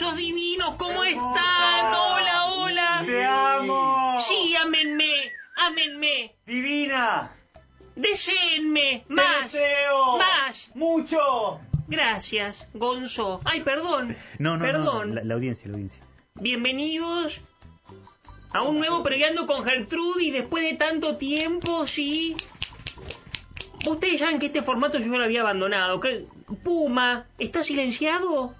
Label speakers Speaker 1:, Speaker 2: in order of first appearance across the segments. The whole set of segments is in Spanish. Speaker 1: los divinos, ¿cómo están? Hola, hola.
Speaker 2: ¡Te amo!
Speaker 1: Sí, ámenme, ámenme,
Speaker 2: ¡Divina!
Speaker 1: deseenme,
Speaker 2: ¡Te
Speaker 1: más,
Speaker 2: deseo!
Speaker 1: más.
Speaker 2: ¡Mucho!
Speaker 1: Gracias, Gonzo. Ay, perdón.
Speaker 3: No, no, no,
Speaker 1: perdón.
Speaker 3: no, la, la audiencia, la audiencia.
Speaker 1: Bienvenidos a un nuevo Previando con Gertrudis después de tanto tiempo, sí. Ustedes saben que este formato yo ya lo había abandonado. ¿ok? Puma, ¿está silenciado?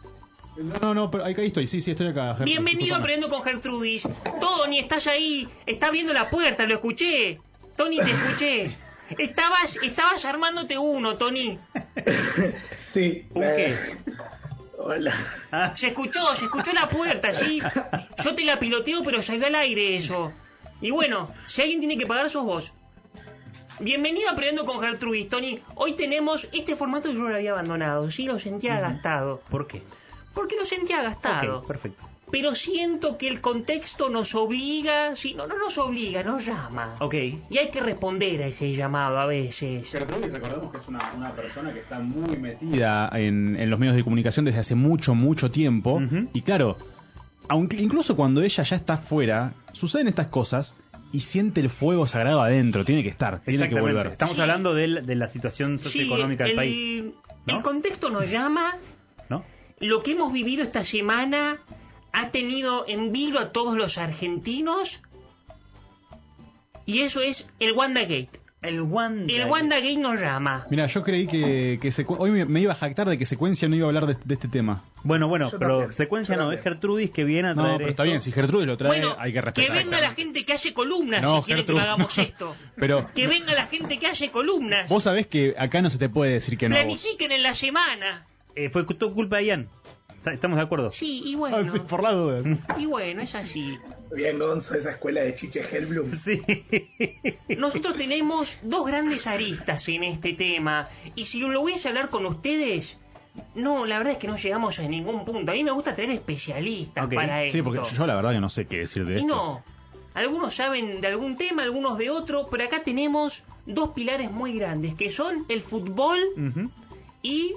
Speaker 4: No, no, no, pero acá estoy, sí, sí, estoy acá. Germán,
Speaker 1: Bienvenido a
Speaker 4: discúlpame.
Speaker 1: Previando con Gertrudis. Tony, estás ahí. Está abriendo la puerta, lo escuché. Tony, te escuché. Estabas, estabas armándote uno, Tony.
Speaker 5: Sí.
Speaker 3: ¿Un qué?
Speaker 5: Hola.
Speaker 3: Ah,
Speaker 1: Se escuchó, se escuchó la puerta, sí. Yo te la piloteo, pero salió al aire eso. Y bueno, si alguien tiene que pagar, sos vos. Bienvenido a Aprendiendo con Gertrudis, Tony. Hoy tenemos este formato yo lo había abandonado, sí, lo sentía gastado.
Speaker 3: ¿Por qué?
Speaker 1: Porque lo sentía gastado.
Speaker 3: Ok, perfecto.
Speaker 1: Pero siento que el contexto nos obliga, sí, no, no nos obliga, nos llama.
Speaker 3: Ok.
Speaker 1: Y hay que responder a ese llamado a veces.
Speaker 4: Gertrudis, recordemos que es una, una persona que está muy metida en, en los medios de comunicación desde hace mucho, mucho tiempo.
Speaker 3: Ujú.
Speaker 4: Y claro, aunque, incluso cuando ella ya está afuera, suceden estas cosas y siente el fuego sagrado adentro. Tiene que estar, tiene que
Speaker 3: Exactamente.
Speaker 4: volver.
Speaker 3: Estamos
Speaker 1: Sí.
Speaker 3: hablando del- de, la situación
Speaker 1: Sí,
Speaker 3: socioeconómica
Speaker 1: el-
Speaker 3: del país,
Speaker 1: el
Speaker 3: ¿no?
Speaker 1: contexto nos llama,
Speaker 3: ¿no?
Speaker 1: lo que hemos vivido esta semana ha tenido en vilo a todos los argentinos. Y eso es el WandaGate.
Speaker 3: El Wanda.
Speaker 1: El WandaGate nos llama.
Speaker 4: Mira, yo creí que, que secue- hoy me, me iba a jactar de que secuencia no iba a hablar de, de este tema.
Speaker 3: Bueno, bueno,
Speaker 5: Yo
Speaker 3: pero
Speaker 5: también,
Speaker 3: secuencia
Speaker 5: yo
Speaker 3: no,
Speaker 5: también.
Speaker 3: es Gertrudis que viene a
Speaker 4: No,
Speaker 3: traer
Speaker 4: pero está
Speaker 3: esto.
Speaker 4: bien, si Gertrudis lo trae,
Speaker 1: Bueno,
Speaker 4: hay que
Speaker 1: que
Speaker 4: respetar.
Speaker 1: venga la gente que hace columnas
Speaker 4: No,
Speaker 1: si quiere que
Speaker 4: Gertrude,
Speaker 1: lo hagamos
Speaker 4: no.
Speaker 1: esto.
Speaker 4: Pero
Speaker 1: Que venga la gente que hace columnas.
Speaker 4: vos sabés que acá no se te puede decir que no. a vos.
Speaker 1: Planifiquen en la semana.
Speaker 3: Eh, fue todo culpa de Ian. O sea, Estamos de acuerdo.
Speaker 1: Sí, y
Speaker 4: Ah,
Speaker 1: bueno.
Speaker 4: sí, por las dudas.
Speaker 1: Y bueno, es así.
Speaker 5: Bien, Gonzo, esa escuela de Chiche Hellblum.
Speaker 3: Sí.
Speaker 1: Nosotros tenemos dos grandes aristas en este tema. Y si lo voy a hablar con ustedes, no, la verdad es que no llegamos a ningún punto. A mí me gusta traer especialistas
Speaker 3: Ok,
Speaker 1: para esto.
Speaker 4: Sí, porque yo la verdad que no sé qué decir de
Speaker 1: Y
Speaker 4: esto.
Speaker 1: no, algunos saben de algún tema, algunos de otro, pero acá tenemos dos pilares muy grandes, que son el fútbol
Speaker 4: Mm.
Speaker 3: Ujú.
Speaker 1: y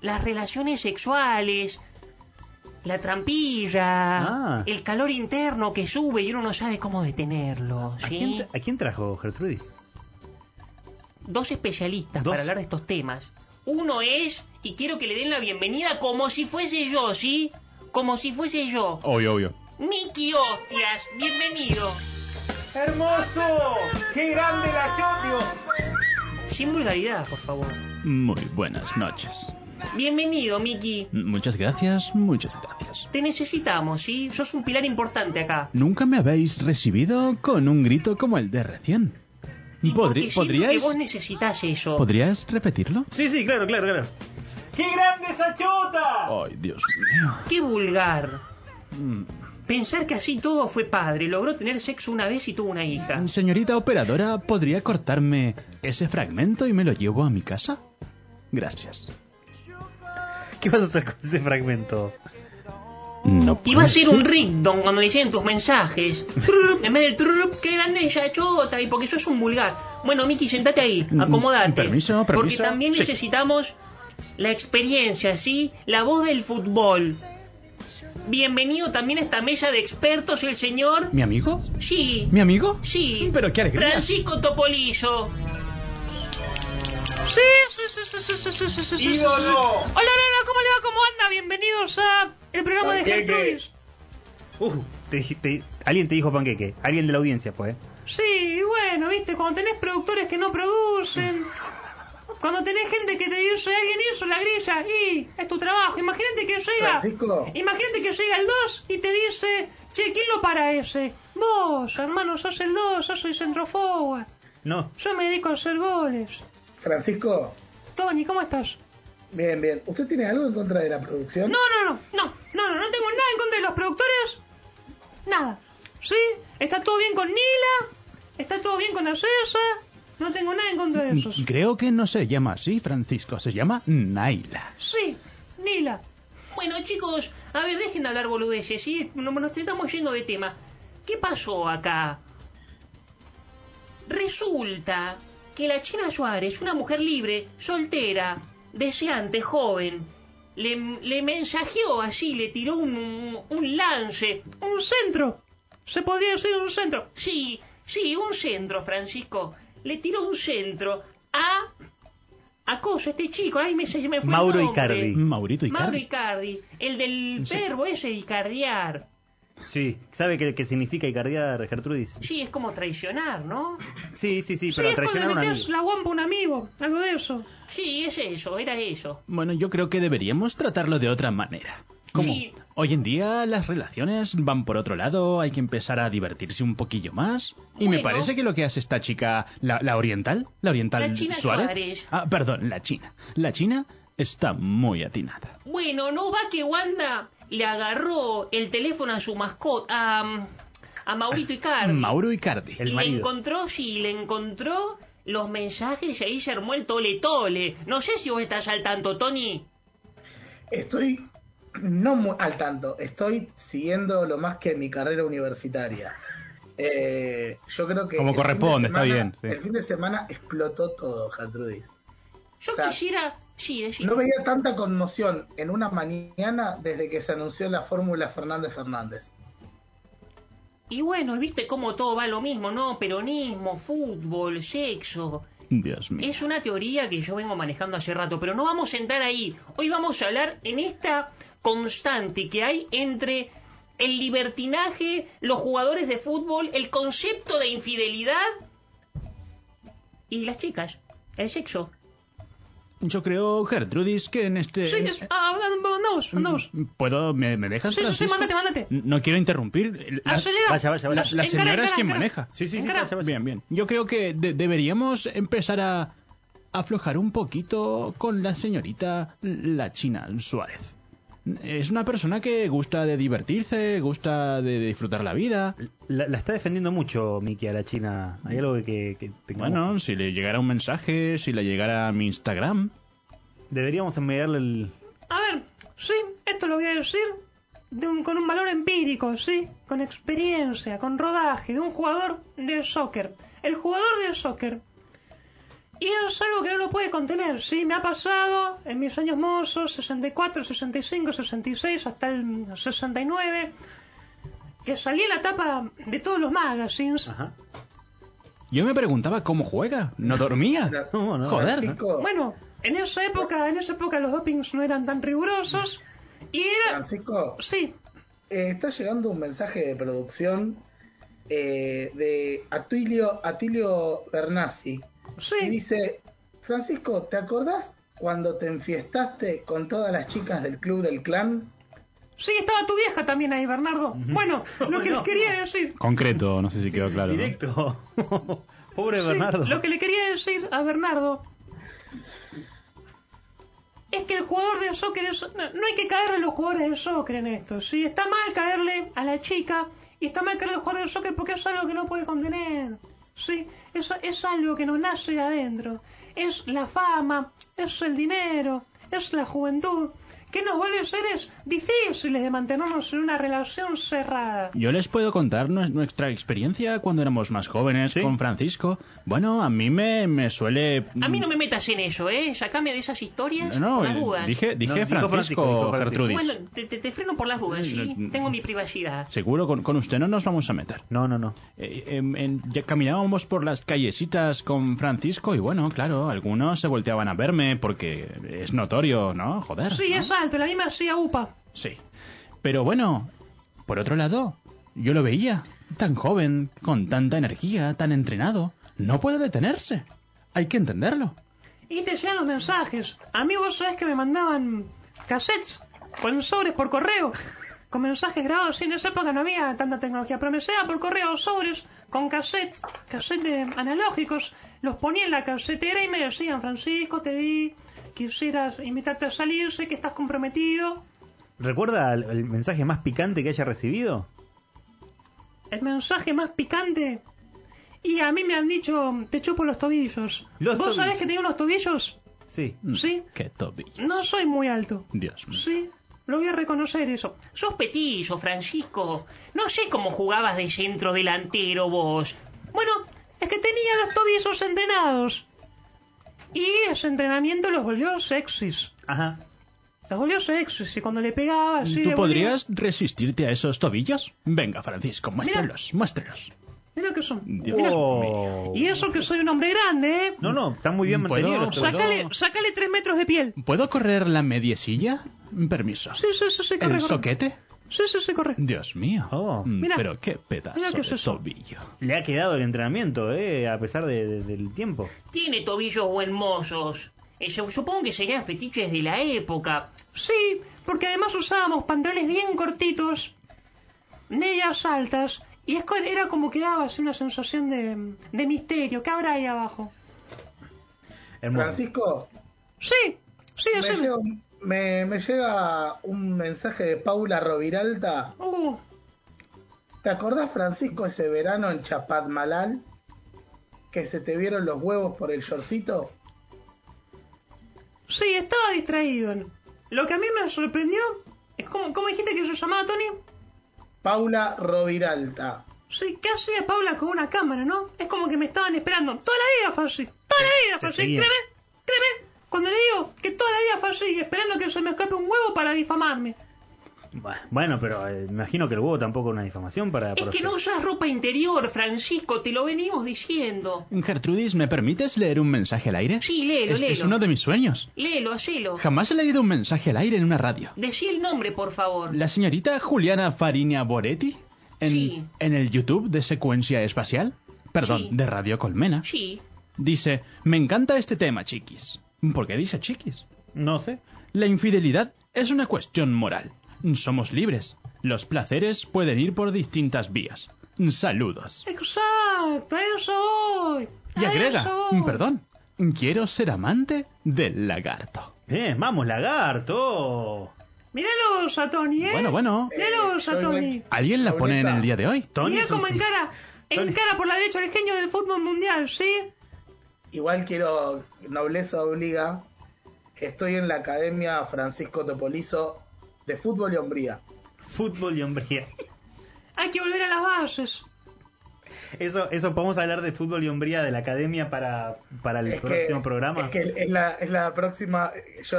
Speaker 1: las relaciones sexuales. La trampilla,
Speaker 3: Ah.
Speaker 1: el calor interno que sube y uno no sabe cómo detenerlo.
Speaker 3: ¿A,
Speaker 1: ¿sí?
Speaker 3: quién, a quién trajo Gertrudis?
Speaker 1: dos especialistas
Speaker 3: Dos.
Speaker 1: para hablar de estos temas. Uno es, y quiero que le den la bienvenida como si fuese yo, ¿sí? Como si fuese yo.
Speaker 4: Obvio, obvio.
Speaker 1: Miki Hostias, bienvenido.
Speaker 2: ¡Hermoso! ¡Qué grande la Chotio!
Speaker 1: Sin vulgaridad, por favor.
Speaker 4: Muy buenas noches.
Speaker 1: Bienvenido, Miki.
Speaker 4: Muchas gracias, muchas gracias.
Speaker 1: Te necesitamos, ¿sí? Sos un pilar importante acá.
Speaker 4: Nunca me habéis recibido con un grito como el de recién.
Speaker 1: Y porque
Speaker 4: Podri-
Speaker 1: siento que
Speaker 4: ¿Podríais,
Speaker 1: vos necesitas eso.
Speaker 4: ¿Podrías repetirlo?
Speaker 3: Sí, sí, claro, claro, claro.
Speaker 2: ¡Qué grande esa Chota!
Speaker 4: Ay, Dios mío.
Speaker 1: Qué vulgar.
Speaker 4: Mm.
Speaker 1: Pensar que así todo fue padre. Logró tener sexo una vez y tuvo una hija.
Speaker 4: Señorita operadora, ¿podría cortarme ese fragmento y me lo llevo a mi casa? Gracias.
Speaker 3: ¿Qué vas a hacer con ese fragmento?
Speaker 4: No
Speaker 1: Y va a ser un ringtone cuando le lleguen tus mensajes. Trurup, en vez del trurup, qué grande ella chota, y porque sos un vulgar. Bueno, Miki, sentate ahí,
Speaker 4: Mm,
Speaker 1: acomodate.
Speaker 4: permiso, permiso.
Speaker 1: Porque también
Speaker 4: Sí.
Speaker 1: necesitamos la experiencia, ¿sí? La voz del fútbol. Bienvenido también a esta mesa de expertos, el señor.
Speaker 4: ¿Mi amigo?
Speaker 1: Sí,
Speaker 4: Mm. ¿Mi amigo?
Speaker 1: sí.
Speaker 4: Pero qué alegría.
Speaker 1: Francisco Topolizo. Sí, sí, sí, sí, sí, sí, sí, sí, sí, sí, sí. Hola,
Speaker 2: ¡Ídolo!
Speaker 1: hola, ¿cómo le va? ¿Cómo anda? Bienvenidos a el programa de
Speaker 5: Panqueque.
Speaker 1: Gertrudis.
Speaker 3: Uh, te, te- alguien te dijo panqueque. Alguien de la audiencia fue. ¿eh?
Speaker 1: Sí, y bueno, viste, cuando tenés productores que no producen, cuando tenés gente que te dice alguien hizo la grilla y es tu trabajo. Imagínate que llega,
Speaker 5: Francisco.
Speaker 1: imagínate que llega el 2 y te dice, che, ¿quién lo para ese? Vos, hermano, sos el 2, yo soy centro forward,
Speaker 3: No.
Speaker 1: yo me dedico a hacer goles.
Speaker 5: Francisco,
Speaker 1: Tony, ¿cómo estás?
Speaker 5: bien, bien. ¿Usted tiene algo en contra de la producción?
Speaker 1: No, no, no, no, no, no, no tengo nada en contra de los productores. Nada. ¿Sí? Está todo bien con Nila, está todo bien con Acesa, no tengo nada en contra de esos.
Speaker 4: Creo que no se llama así, Francisco. Se llama Naila.
Speaker 1: Sí, Nila. Bueno, chicos, a ver, dejen de hablar boludeces, ¿sí? No- Nos estamos yendo de tema. ¿Qué pasó acá? Resulta que la China Suárez, una mujer libre, soltera, deseante, joven, le, le mensajeó allí, le tiró un, un- un lance, un centro. Se podría decir un centro. Sí, sí, un centro, Francisco. Le tiró un centro a. a cosa, este chico, ahí me, se me fue. el
Speaker 3: Mauro
Speaker 1: nombre.
Speaker 3: Icardi.
Speaker 4: Maurito y
Speaker 1: Mauro Icardi, el del
Speaker 4: Sí.
Speaker 1: verbo ese icardiar.
Speaker 3: Sí, ¿sabe qué, qué significa icardiar, Gertrudis?
Speaker 1: Sí, es como traicionar, ¿no?
Speaker 3: Sí, sí, sí,
Speaker 1: Sí,
Speaker 3: pero
Speaker 1: es como
Speaker 3: traicionar a un
Speaker 1: meter
Speaker 3: amigo.
Speaker 1: la guampa a un amigo, algo de eso. Sí, es eso, era eso.
Speaker 4: Bueno, yo creo que deberíamos tratarlo de otra manera.
Speaker 1: ¿Cómo? Sí.
Speaker 4: Hoy en día las relaciones van por otro lado, hay que empezar a divertirse un poquillo más. Y
Speaker 1: Bueno.
Speaker 4: me parece que lo que hace esta chica, la, la oriental, la oriental
Speaker 1: La China Suárez.
Speaker 4: Ah, perdón, la china. La china está muy atinada.
Speaker 1: Bueno, ¿no va que Wanda le agarró el teléfono a su mascota, a, a Maurito Icardi?
Speaker 4: Mauro Icardi.
Speaker 3: El
Speaker 1: y le
Speaker 3: marido.
Speaker 1: encontró, sí, le encontró los mensajes y ahí se armó el tole tole. No sé si vos estás al tanto, Tony.
Speaker 5: Estoy no mu- al tanto, estoy siguiendo lo más que mi carrera universitaria. Eh, yo creo que.
Speaker 4: Como
Speaker 5: el fin de
Speaker 4: corresponde, está
Speaker 5: semana-
Speaker 4: bien, sí.
Speaker 5: El fin de semana explotó todo, Gertrudis.
Speaker 1: Yo
Speaker 5: O sea,
Speaker 1: quisiera... Sí, decime.
Speaker 5: No veía tanta conmoción en una mañana desde que se anunció la fórmula Fernández Fernández.
Speaker 1: Y bueno, viste cómo todo va lo mismo, ¿no? Peronismo, fútbol, sexo.
Speaker 4: Dios mío.
Speaker 1: Es una teoría que yo vengo manejando hace rato, pero no vamos a entrar ahí. Hoy vamos a hablar en esta constante que hay entre el libertinaje, los jugadores de fútbol, el concepto de infidelidad y las chicas, el sexo.
Speaker 4: Yo creo, Gertrudis, que en este...
Speaker 1: Sí, es- ah, mandaos,
Speaker 4: Mm.
Speaker 1: mandaos.
Speaker 4: ¿Puedo? ¿Me, me dejas?
Speaker 1: Sí, sí, sí,
Speaker 4: Francisco?
Speaker 1: mándate, mándate.
Speaker 4: No quiero interrumpir. La-
Speaker 1: Acelera.
Speaker 3: Vaya, vaya, vaya.
Speaker 4: la, la
Speaker 1: Encara,
Speaker 4: señora es
Speaker 1: encara,
Speaker 4: quien
Speaker 1: encara.
Speaker 4: maneja.
Speaker 3: Sí, sí, sí,
Speaker 1: Encara.
Speaker 3: vaya, vaya.
Speaker 4: Bien, bien. Yo creo que de- deberíamos empezar a aflojar un poquito con la señorita la China Suárez. Es una persona que gusta de divertirse, gusta de disfrutar la vida.
Speaker 3: La, la está defendiendo mucho, Miki, a la China. Hay algo que, que tengamos-
Speaker 4: Bueno, si le llegara un mensaje, si le llegara a mi Instagram.
Speaker 3: Deberíamos enviarle el...
Speaker 1: A ver, sí, esto lo voy a decir de un- con un valor empírico, sí, con experiencia, con rodaje, de un jugador de soccer. El jugador de soccer. Y es algo que no lo puede contener, sí, me ha pasado en mis años mozos, 64, 65, 66, hasta el 69, que salí en la tapa de todos los magazines.
Speaker 3: Ajá.
Speaker 4: Yo me preguntaba cómo juega. No dormía.
Speaker 3: No, no,
Speaker 4: Joder.
Speaker 5: Francisco,
Speaker 1: Bueno, en esa época, en esa época los dopings no eran tan rigurosos y era...
Speaker 5: Francisco,
Speaker 1: Sí,
Speaker 5: eh, está llegando un mensaje de producción eh, de Atilio, Atilio Bernasi. Y
Speaker 1: sí.
Speaker 5: dice, Francisco, ¿te acordás cuando te enfiestaste con todas las chicas del club del clan?
Speaker 1: Sí, estaba tu vieja también ahí, Bernardo. Bueno, lo que les quería decir.
Speaker 4: Concreto, no sé si quedó claro. ¿no?
Speaker 3: Directo. Pobre
Speaker 1: sí,
Speaker 3: Bernardo.
Speaker 1: lo que le quería decir a Bernardo es que el jugador de soccer es- no, no hay que caerle a los jugadores de soccer en esto. Sí, está mal caerle a la chica y está mal caerle a los jugadores de soccer porque es algo que no puede contener. Sí, es, es algo que nos nace de adentro. Es la fama, es el dinero, es la juventud. Que nos vuelve seres difíciles de mantenernos en una relación cerrada.
Speaker 4: Yo les puedo contar nue- nuestra experiencia cuando éramos más jóvenes
Speaker 3: Sí.
Speaker 4: con Francisco. Bueno, a mí me, me suele...
Speaker 1: A mí no me metas en eso, ¿eh? Sacame de esas historias
Speaker 4: Mm. No,
Speaker 1: por las
Speaker 4: no,
Speaker 1: dudas.
Speaker 4: dije, dije
Speaker 3: No, dijo
Speaker 4: Francisco,
Speaker 3: Francisco, dijo Francisco.
Speaker 4: Gertrudis.
Speaker 1: Bueno, te, te- te freno por las dudas, ¿sí?
Speaker 4: No, no.
Speaker 1: Tengo mi privacidad.
Speaker 4: Seguro con, con usted no nos vamos a meter.
Speaker 3: No, no, no.
Speaker 4: Eh, em, en- ya caminábamos por las callecitas con Francisco y bueno, claro, algunos se volteaban a verme porque es notorio, ¿no? Joder.
Speaker 1: Sí,
Speaker 4: ¿no?
Speaker 1: es alto, la misma hacía UPA.
Speaker 4: Sí. Pero bueno, por otro lado, yo lo veía, tan joven, con tanta energía, tan entrenado. No puede detenerse. Hay que entenderlo.
Speaker 1: Y te llegan los mensajes. A mí vos sabés que me mandaban cassettes con sobres por correo. Con mensajes grabados, sí, en esa época no había tanta tecnología, pero me llegaban por correo sobres con cassettes, cassettes de- analógicos, los ponía en la casetera y me decían, Francisco, te vi, quisieras invitarte a salir, sé que estás comprometido.
Speaker 3: ¿Recuerda el, el mensaje más picante que haya recibido?
Speaker 1: El mensaje más picante. Y a mí me han dicho, te chupo los tobillos.
Speaker 3: Los
Speaker 1: ¿Vos
Speaker 3: tobillos.
Speaker 1: sabés que tengo unos tobillos?
Speaker 3: Sí.
Speaker 1: Sí.
Speaker 4: Qué tobillo.
Speaker 1: No soy muy alto.
Speaker 4: Dios mío.
Speaker 1: Sí, lo voy a reconocer eso. Sos petillo, Francisco. No sé cómo jugabas de centro delantero vos. Bueno, es que tenía los tobillos entrenados. Y ese entrenamiento los volvió sexys.
Speaker 3: Ajá.
Speaker 6: La volvió sexo, ese cuando le pegaba así
Speaker 4: ¿Tú
Speaker 6: de
Speaker 4: podrías resistirte a esos tobillos? Venga, Francisco, muéstralos, muéstralos.
Speaker 6: volea. Mira que son.
Speaker 4: Dios
Speaker 6: mirá.
Speaker 3: Wow.
Speaker 6: Y eso que soy un hombre grande, ¿eh?
Speaker 3: Oh. No, no, está muy bien
Speaker 4: ¿Puedo?
Speaker 3: mantenido. los
Speaker 4: Saca-
Speaker 3: tobillos.
Speaker 6: Sácale,
Speaker 4: no.
Speaker 6: sácale tres metros de piel.
Speaker 4: ¿Puedo correr la mediesilla? Permiso.
Speaker 6: Sí, sí, sí, sí, corre,
Speaker 4: ¿El
Speaker 6: corre.
Speaker 4: soquete?
Speaker 6: Sí, sí, sí, corre.
Speaker 4: Dios mío.
Speaker 3: Oh.
Speaker 4: Mm,
Speaker 6: Mira.
Speaker 4: Pero qué pedazo
Speaker 6: Mira qué es
Speaker 4: de
Speaker 6: eso.
Speaker 4: tobillo.
Speaker 3: Le ha quedado el entrenamiento, eh, a pesar de- de- del tiempo.
Speaker 6: Tiene tobillos buen mozos. Eh, yo- supongo que serían fetiches de la época. Sí, porque además usábamos pantalones bien cortitos, medias altas, y es co- era como que daba así una sensación de, de misterio. ¿Qué habrá ahí abajo?
Speaker 3: Hermoso.
Speaker 5: Francisco,
Speaker 6: Sí, sí,
Speaker 5: me,
Speaker 6: decime.
Speaker 5: llega un- me- me llega un mensaje de Paula Roviralta.
Speaker 6: Uh,
Speaker 5: ¿Te acordás, Francisco, ese verano en Chapadmalal? Que se te vieron los huevos por el shortcito.
Speaker 6: sí, estaba distraído. Lo que a mí me sorprendió es cómo, cómo dijiste que se llamaba Tony.
Speaker 5: Paula Roviralta.
Speaker 6: Sí, ¿qué hacía Paula con una cámara, no? Es como que me estaban esperando. Toda la vida fue así. Toda la vida fue
Speaker 3: te
Speaker 6: así.
Speaker 3: seguía.
Speaker 6: Créeme, créeme. Cuando le digo que toda la vida fue así, esperando que se me escape un huevo para difamarme.
Speaker 3: Bueno, pero eh, me imagino que el huevo tampoco es una difamación para.
Speaker 6: es
Speaker 3: para
Speaker 6: que no
Speaker 3: usted.
Speaker 6: usas ropa interior, Francisco, te lo venimos diciendo.
Speaker 4: Gertrudis, ¿me permites leer un mensaje al aire?
Speaker 6: Sí, léelo,
Speaker 4: es, Es
Speaker 6: léelo.
Speaker 4: uno de mis sueños.
Speaker 6: Léelo, hacelo.
Speaker 4: Jamás he leído un mensaje al aire en una radio.
Speaker 6: Decí el nombre, por favor.
Speaker 4: La señorita Juliana Farinia Boretti, en,
Speaker 6: Sí.
Speaker 4: en el YouTube de Secuencia Espacial, perdón,
Speaker 6: Sí.
Speaker 4: de Radio Colmena,
Speaker 6: Sí.
Speaker 4: dice, me encanta este tema, chiquis. ¿Por qué dice chiquis?
Speaker 3: No sé.
Speaker 4: La infidelidad es una cuestión moral. Somos libres. Los placeres pueden ir por distintas vías. Saludos.
Speaker 6: Exacto, a eso voy.
Speaker 4: Y
Speaker 6: A
Speaker 4: agrega,
Speaker 6: eso voy.
Speaker 4: perdón, quiero ser amante del lagarto.
Speaker 3: Bien, vamos, lagarto.
Speaker 6: Míralos a Tony, ¿eh?
Speaker 4: Bueno, bueno,
Speaker 6: Míralos a
Speaker 5: Eh, soy
Speaker 6: Tony.
Speaker 5: muy-
Speaker 4: alguien la pone en
Speaker 5: Pauleta.
Speaker 4: el día de hoy.
Speaker 3: Tony
Speaker 6: Mirá
Speaker 3: es un
Speaker 6: cómo
Speaker 3: sí.
Speaker 6: encara,
Speaker 3: Tony.
Speaker 6: encara por la derecha el genio del fútbol mundial, ¿sí?
Speaker 5: Igual quiero, nobleza obliga, estoy en la Academia Francisco Topolizo de Fútbol y Hombría.
Speaker 3: Fútbol y hombría.
Speaker 6: Hay que volver a las bases.
Speaker 3: Eso, eso podemos hablar de fútbol y hombría de la academia para, para el
Speaker 5: Es que-
Speaker 3: próximo programa.
Speaker 5: Es que es la, es la próxima, yo,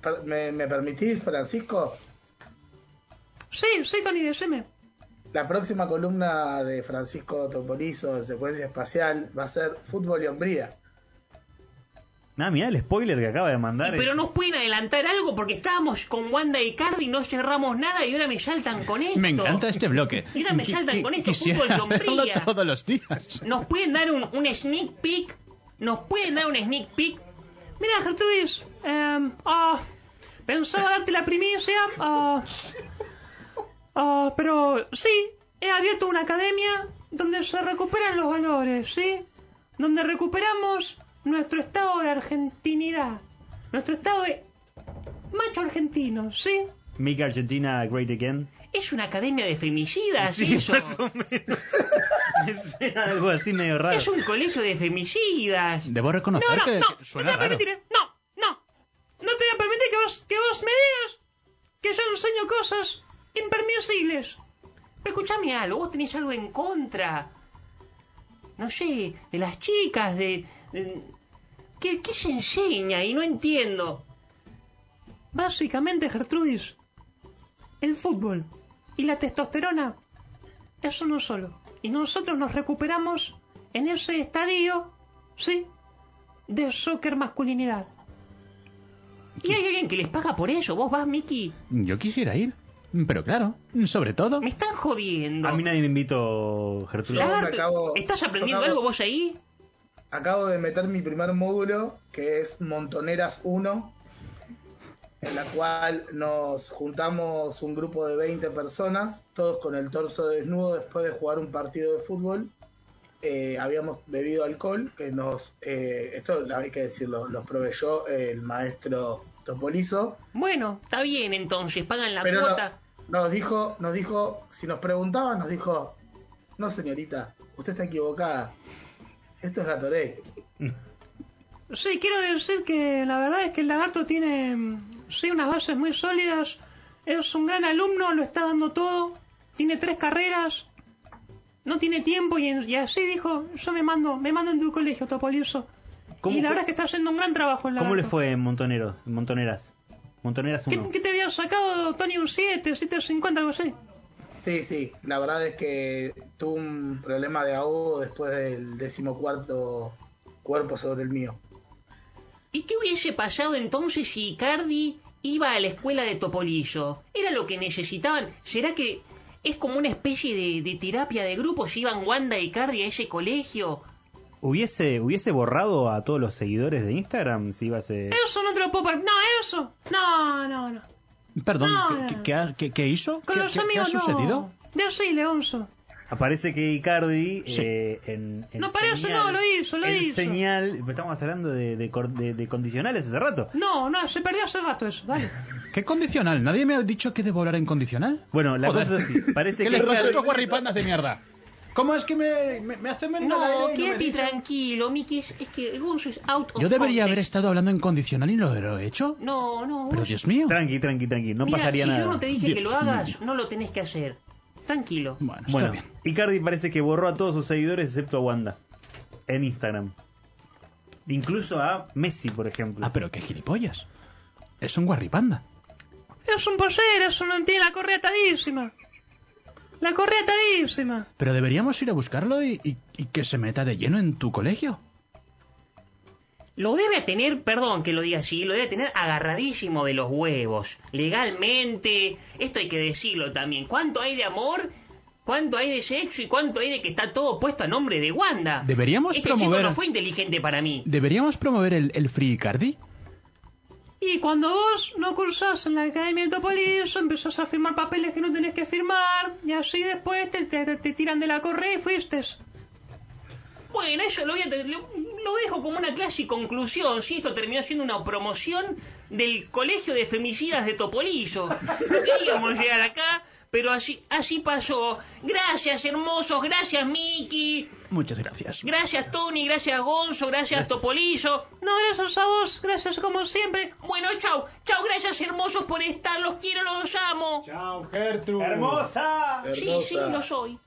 Speaker 5: per- ¿me, me permitís, Francisco?
Speaker 6: Sí, sí, Tony, decime.
Speaker 5: La próxima columna de Francisco Topolizo en Secuencia Espacial va a ser Fútbol y Hombría.
Speaker 3: Ah, mirá el spoiler que acaba de mandar. eh.
Speaker 6: Pero nos pueden adelantar algo porque estábamos con Wanda y Cardi, no cerramos nada y ahora me saltan con esto.
Speaker 4: Me encanta este bloque.
Speaker 6: Mira, me saltan con
Speaker 1: este
Speaker 6: esto,
Speaker 4: Quisiera
Speaker 6: fútbol y hombría.
Speaker 4: verlo todos los días.
Speaker 6: ¿Nos pueden dar un, un sneak peek? ¿Nos pueden dar un sneak peek? Mira, Gertrudis, em, ah, pensaba darte la primicia, ah, ah, pero sí, he abierto una academia donde se recuperan los valores, ¿sí? Donde recuperamos nuestro estado de argentinidad, nuestro estado de macho argentino, ¿sí?
Speaker 3: Make Argentina Great Again.
Speaker 6: Es una academia de femicidas, eso.
Speaker 3: más o menos. Me suena algo así medio raro.
Speaker 6: Es un colegio de femicidas.
Speaker 4: Debo reconocer
Speaker 6: No, no,
Speaker 4: que
Speaker 6: no, no te
Speaker 4: suena
Speaker 6: voy a
Speaker 4: raro.
Speaker 6: permitir, eh. no, no, no te voy a permitir que vos, que vos me digas que yo enseño cosas impermisibles. Pero escuchame algo, vos tenés algo en contra, no sé, de las chicas, de... de- ¿qué, ¿Qué se enseña? Y no entiendo. Básicamente, Gertrudis, el fútbol y la testosterona es uno solo. Y nosotros nos recuperamos en ese estadio, ¿sí? de soccer masculinidad. Y hay alguien que les paga por eso. Vos vas, Miki.
Speaker 4: Yo quisiera ir. Pero claro, sobre todo,
Speaker 6: Me están jodiendo.
Speaker 3: A mí nadie me invitó, Gertrude.
Speaker 5: Claro.
Speaker 6: Lagarto,
Speaker 5: Me acabo-
Speaker 6: ¿Estás aprendiendo
Speaker 5: acabo-
Speaker 6: algo vos ahí?
Speaker 5: Acabo de meter mi primer módulo, que es Montoneras 1, en la cual nos juntamos un grupo de 20 personas, todos con el torso desnudo después de jugar un partido de fútbol. Eh, habíamos bebido alcohol, que nos, eh, esto hay que decirlo, los proveyó el maestro Topolizo,
Speaker 6: Bueno, está bien entonces. Pagan la
Speaker 5: pero no-
Speaker 6: cuota.
Speaker 5: nos dijo, nos dijo, si nos preguntaban, nos dijo, no señorita, usted está equivocada, esto es Gatorade.
Speaker 6: Sí, quiero decir que la verdad es que el lagarto tiene, mm, sí, unas bases muy sólidas. Es un gran alumno, lo está dando todo. Tiene tres carreras. No tiene tiempo y, en- y así dijo, yo me mando, me mando en tu colegio, Topolizo.
Speaker 3: ¿Cómo
Speaker 6: Y la
Speaker 3: fue-
Speaker 6: verdad es que está haciendo un gran trabajo el
Speaker 3: ¿Cómo
Speaker 6: lagarto.
Speaker 3: les fue en Montoneros, en Montoneras? Montoneras
Speaker 1: ¿Qué,
Speaker 3: 1.
Speaker 1: qué te había sacado, Tony? Un 7, 750, algo así.
Speaker 5: Sí, sí, la verdad es que tuvo un problema de ahogo después del decimocuarto cuerpo sobre el mío.
Speaker 1: ¿Y qué hubiese pasado entonces si Icardi iba a la escuela de Topolillo? ¿Era lo que necesitaban? ¿Será que es como una especie de, de terapia de grupo si iban Wanda y Icardi a ese colegio?
Speaker 3: ¿Hubiese, ¿Hubiese borrado a todos los seguidores de Instagram si ibas a...
Speaker 1: Eso no te lo puedo par- No, eso. No, no, no.
Speaker 4: Perdón,
Speaker 1: No.
Speaker 4: ¿qué, qué ha- qué- qué hizo?
Speaker 1: Ah. Con
Speaker 4: ¿Qué,
Speaker 1: los
Speaker 4: qué- qué ha
Speaker 1: amigos
Speaker 4: sucedido?
Speaker 1: no. Yo soy Leonzo.
Speaker 3: Aparece que Icardi
Speaker 4: Sí.
Speaker 3: eh, en, en
Speaker 1: No, para eso no, lo hizo, lo
Speaker 3: en
Speaker 1: hizo.
Speaker 3: señal, estamos hablando de, de cor- de- de condicionales hace rato.
Speaker 1: No, no, se perdió hace rato eso. Dale.
Speaker 4: ¿Qué condicional? ¿Nadie me ha dicho que debo hablar en condicional?
Speaker 3: Bueno, la
Speaker 4: Joder.
Speaker 3: cosa es así, parece
Speaker 4: que
Speaker 3: que
Speaker 4: les
Speaker 3: Icardi-
Speaker 4: rasco guarripanas de mierda. ¿Cómo es que me, me, me hacen venir al
Speaker 1: No,
Speaker 4: aire y me
Speaker 1: quédate
Speaker 4: dicen?
Speaker 1: tranquilo, Miki. Es, es que Gonzo es out of
Speaker 4: Yo debería haber
Speaker 1: context.
Speaker 4: estado hablando en condicional y no lo he hecho.
Speaker 1: No, no,
Speaker 4: Pero
Speaker 1: Gonzo.
Speaker 4: Dios mío.
Speaker 3: Tranqui, tranqui, tranqui, no
Speaker 1: Mira,
Speaker 3: pasaría
Speaker 1: si
Speaker 3: nada.
Speaker 1: yo no te dije que lo
Speaker 4: Dios
Speaker 1: hagas,
Speaker 4: mío.
Speaker 1: no lo tenés que hacer. Tranquilo.
Speaker 4: Bueno,
Speaker 3: Bueno,
Speaker 4: está bien.
Speaker 3: Icardi parece que borró a todos sus seguidores excepto a Wanda en Instagram. Incluso a Messi, por ejemplo.
Speaker 4: Ah, pero qué gilipollas. Es un guarripanda.
Speaker 1: Es un poser, es un tiene la correa atadísima. La correa atadísima.
Speaker 4: Pero deberíamos ir a buscarlo y, y- y que se meta de lleno en tu colegio.
Speaker 1: Lo debe tener, perdón que lo diga así, lo debe tener agarradísimo de los huevos. Legalmente, esto hay que decirlo también. ¿Cuánto hay de amor? ¿Cuánto hay de sexo? ¿Y cuánto hay de que está todo puesto a nombre de Wanda?
Speaker 4: Deberíamos
Speaker 1: este
Speaker 4: promover-
Speaker 1: chico no fue inteligente para mí.
Speaker 4: ¿Deberíamos promover el, el Free Icardi?
Speaker 1: Y cuando vos no cursás en la Academia de Topolillo, empezás a firmar papeles que no tenés que firmar, y así después te, te- te tiran de la correa y fuiste. Bueno, eso lo, voy a te- lo- lo dejo como una clase y conclusión, si esto terminó siendo una promoción del Colegio de Femicidas de Topolillo. No queríamos llegar acá, pero así, así pasó. Gracias, hermosos, gracias, Miki.
Speaker 4: Muchas gracias.
Speaker 1: Gracias Tony, gracias Gonzo, gracias, Topolillo. No, gracias a vos, gracias como siempre. Bueno, chau, chau, gracias hermosos por estar, los quiero, los amo.
Speaker 2: ¡Hermosa!
Speaker 1: Ah, Sí, sí, lo soy.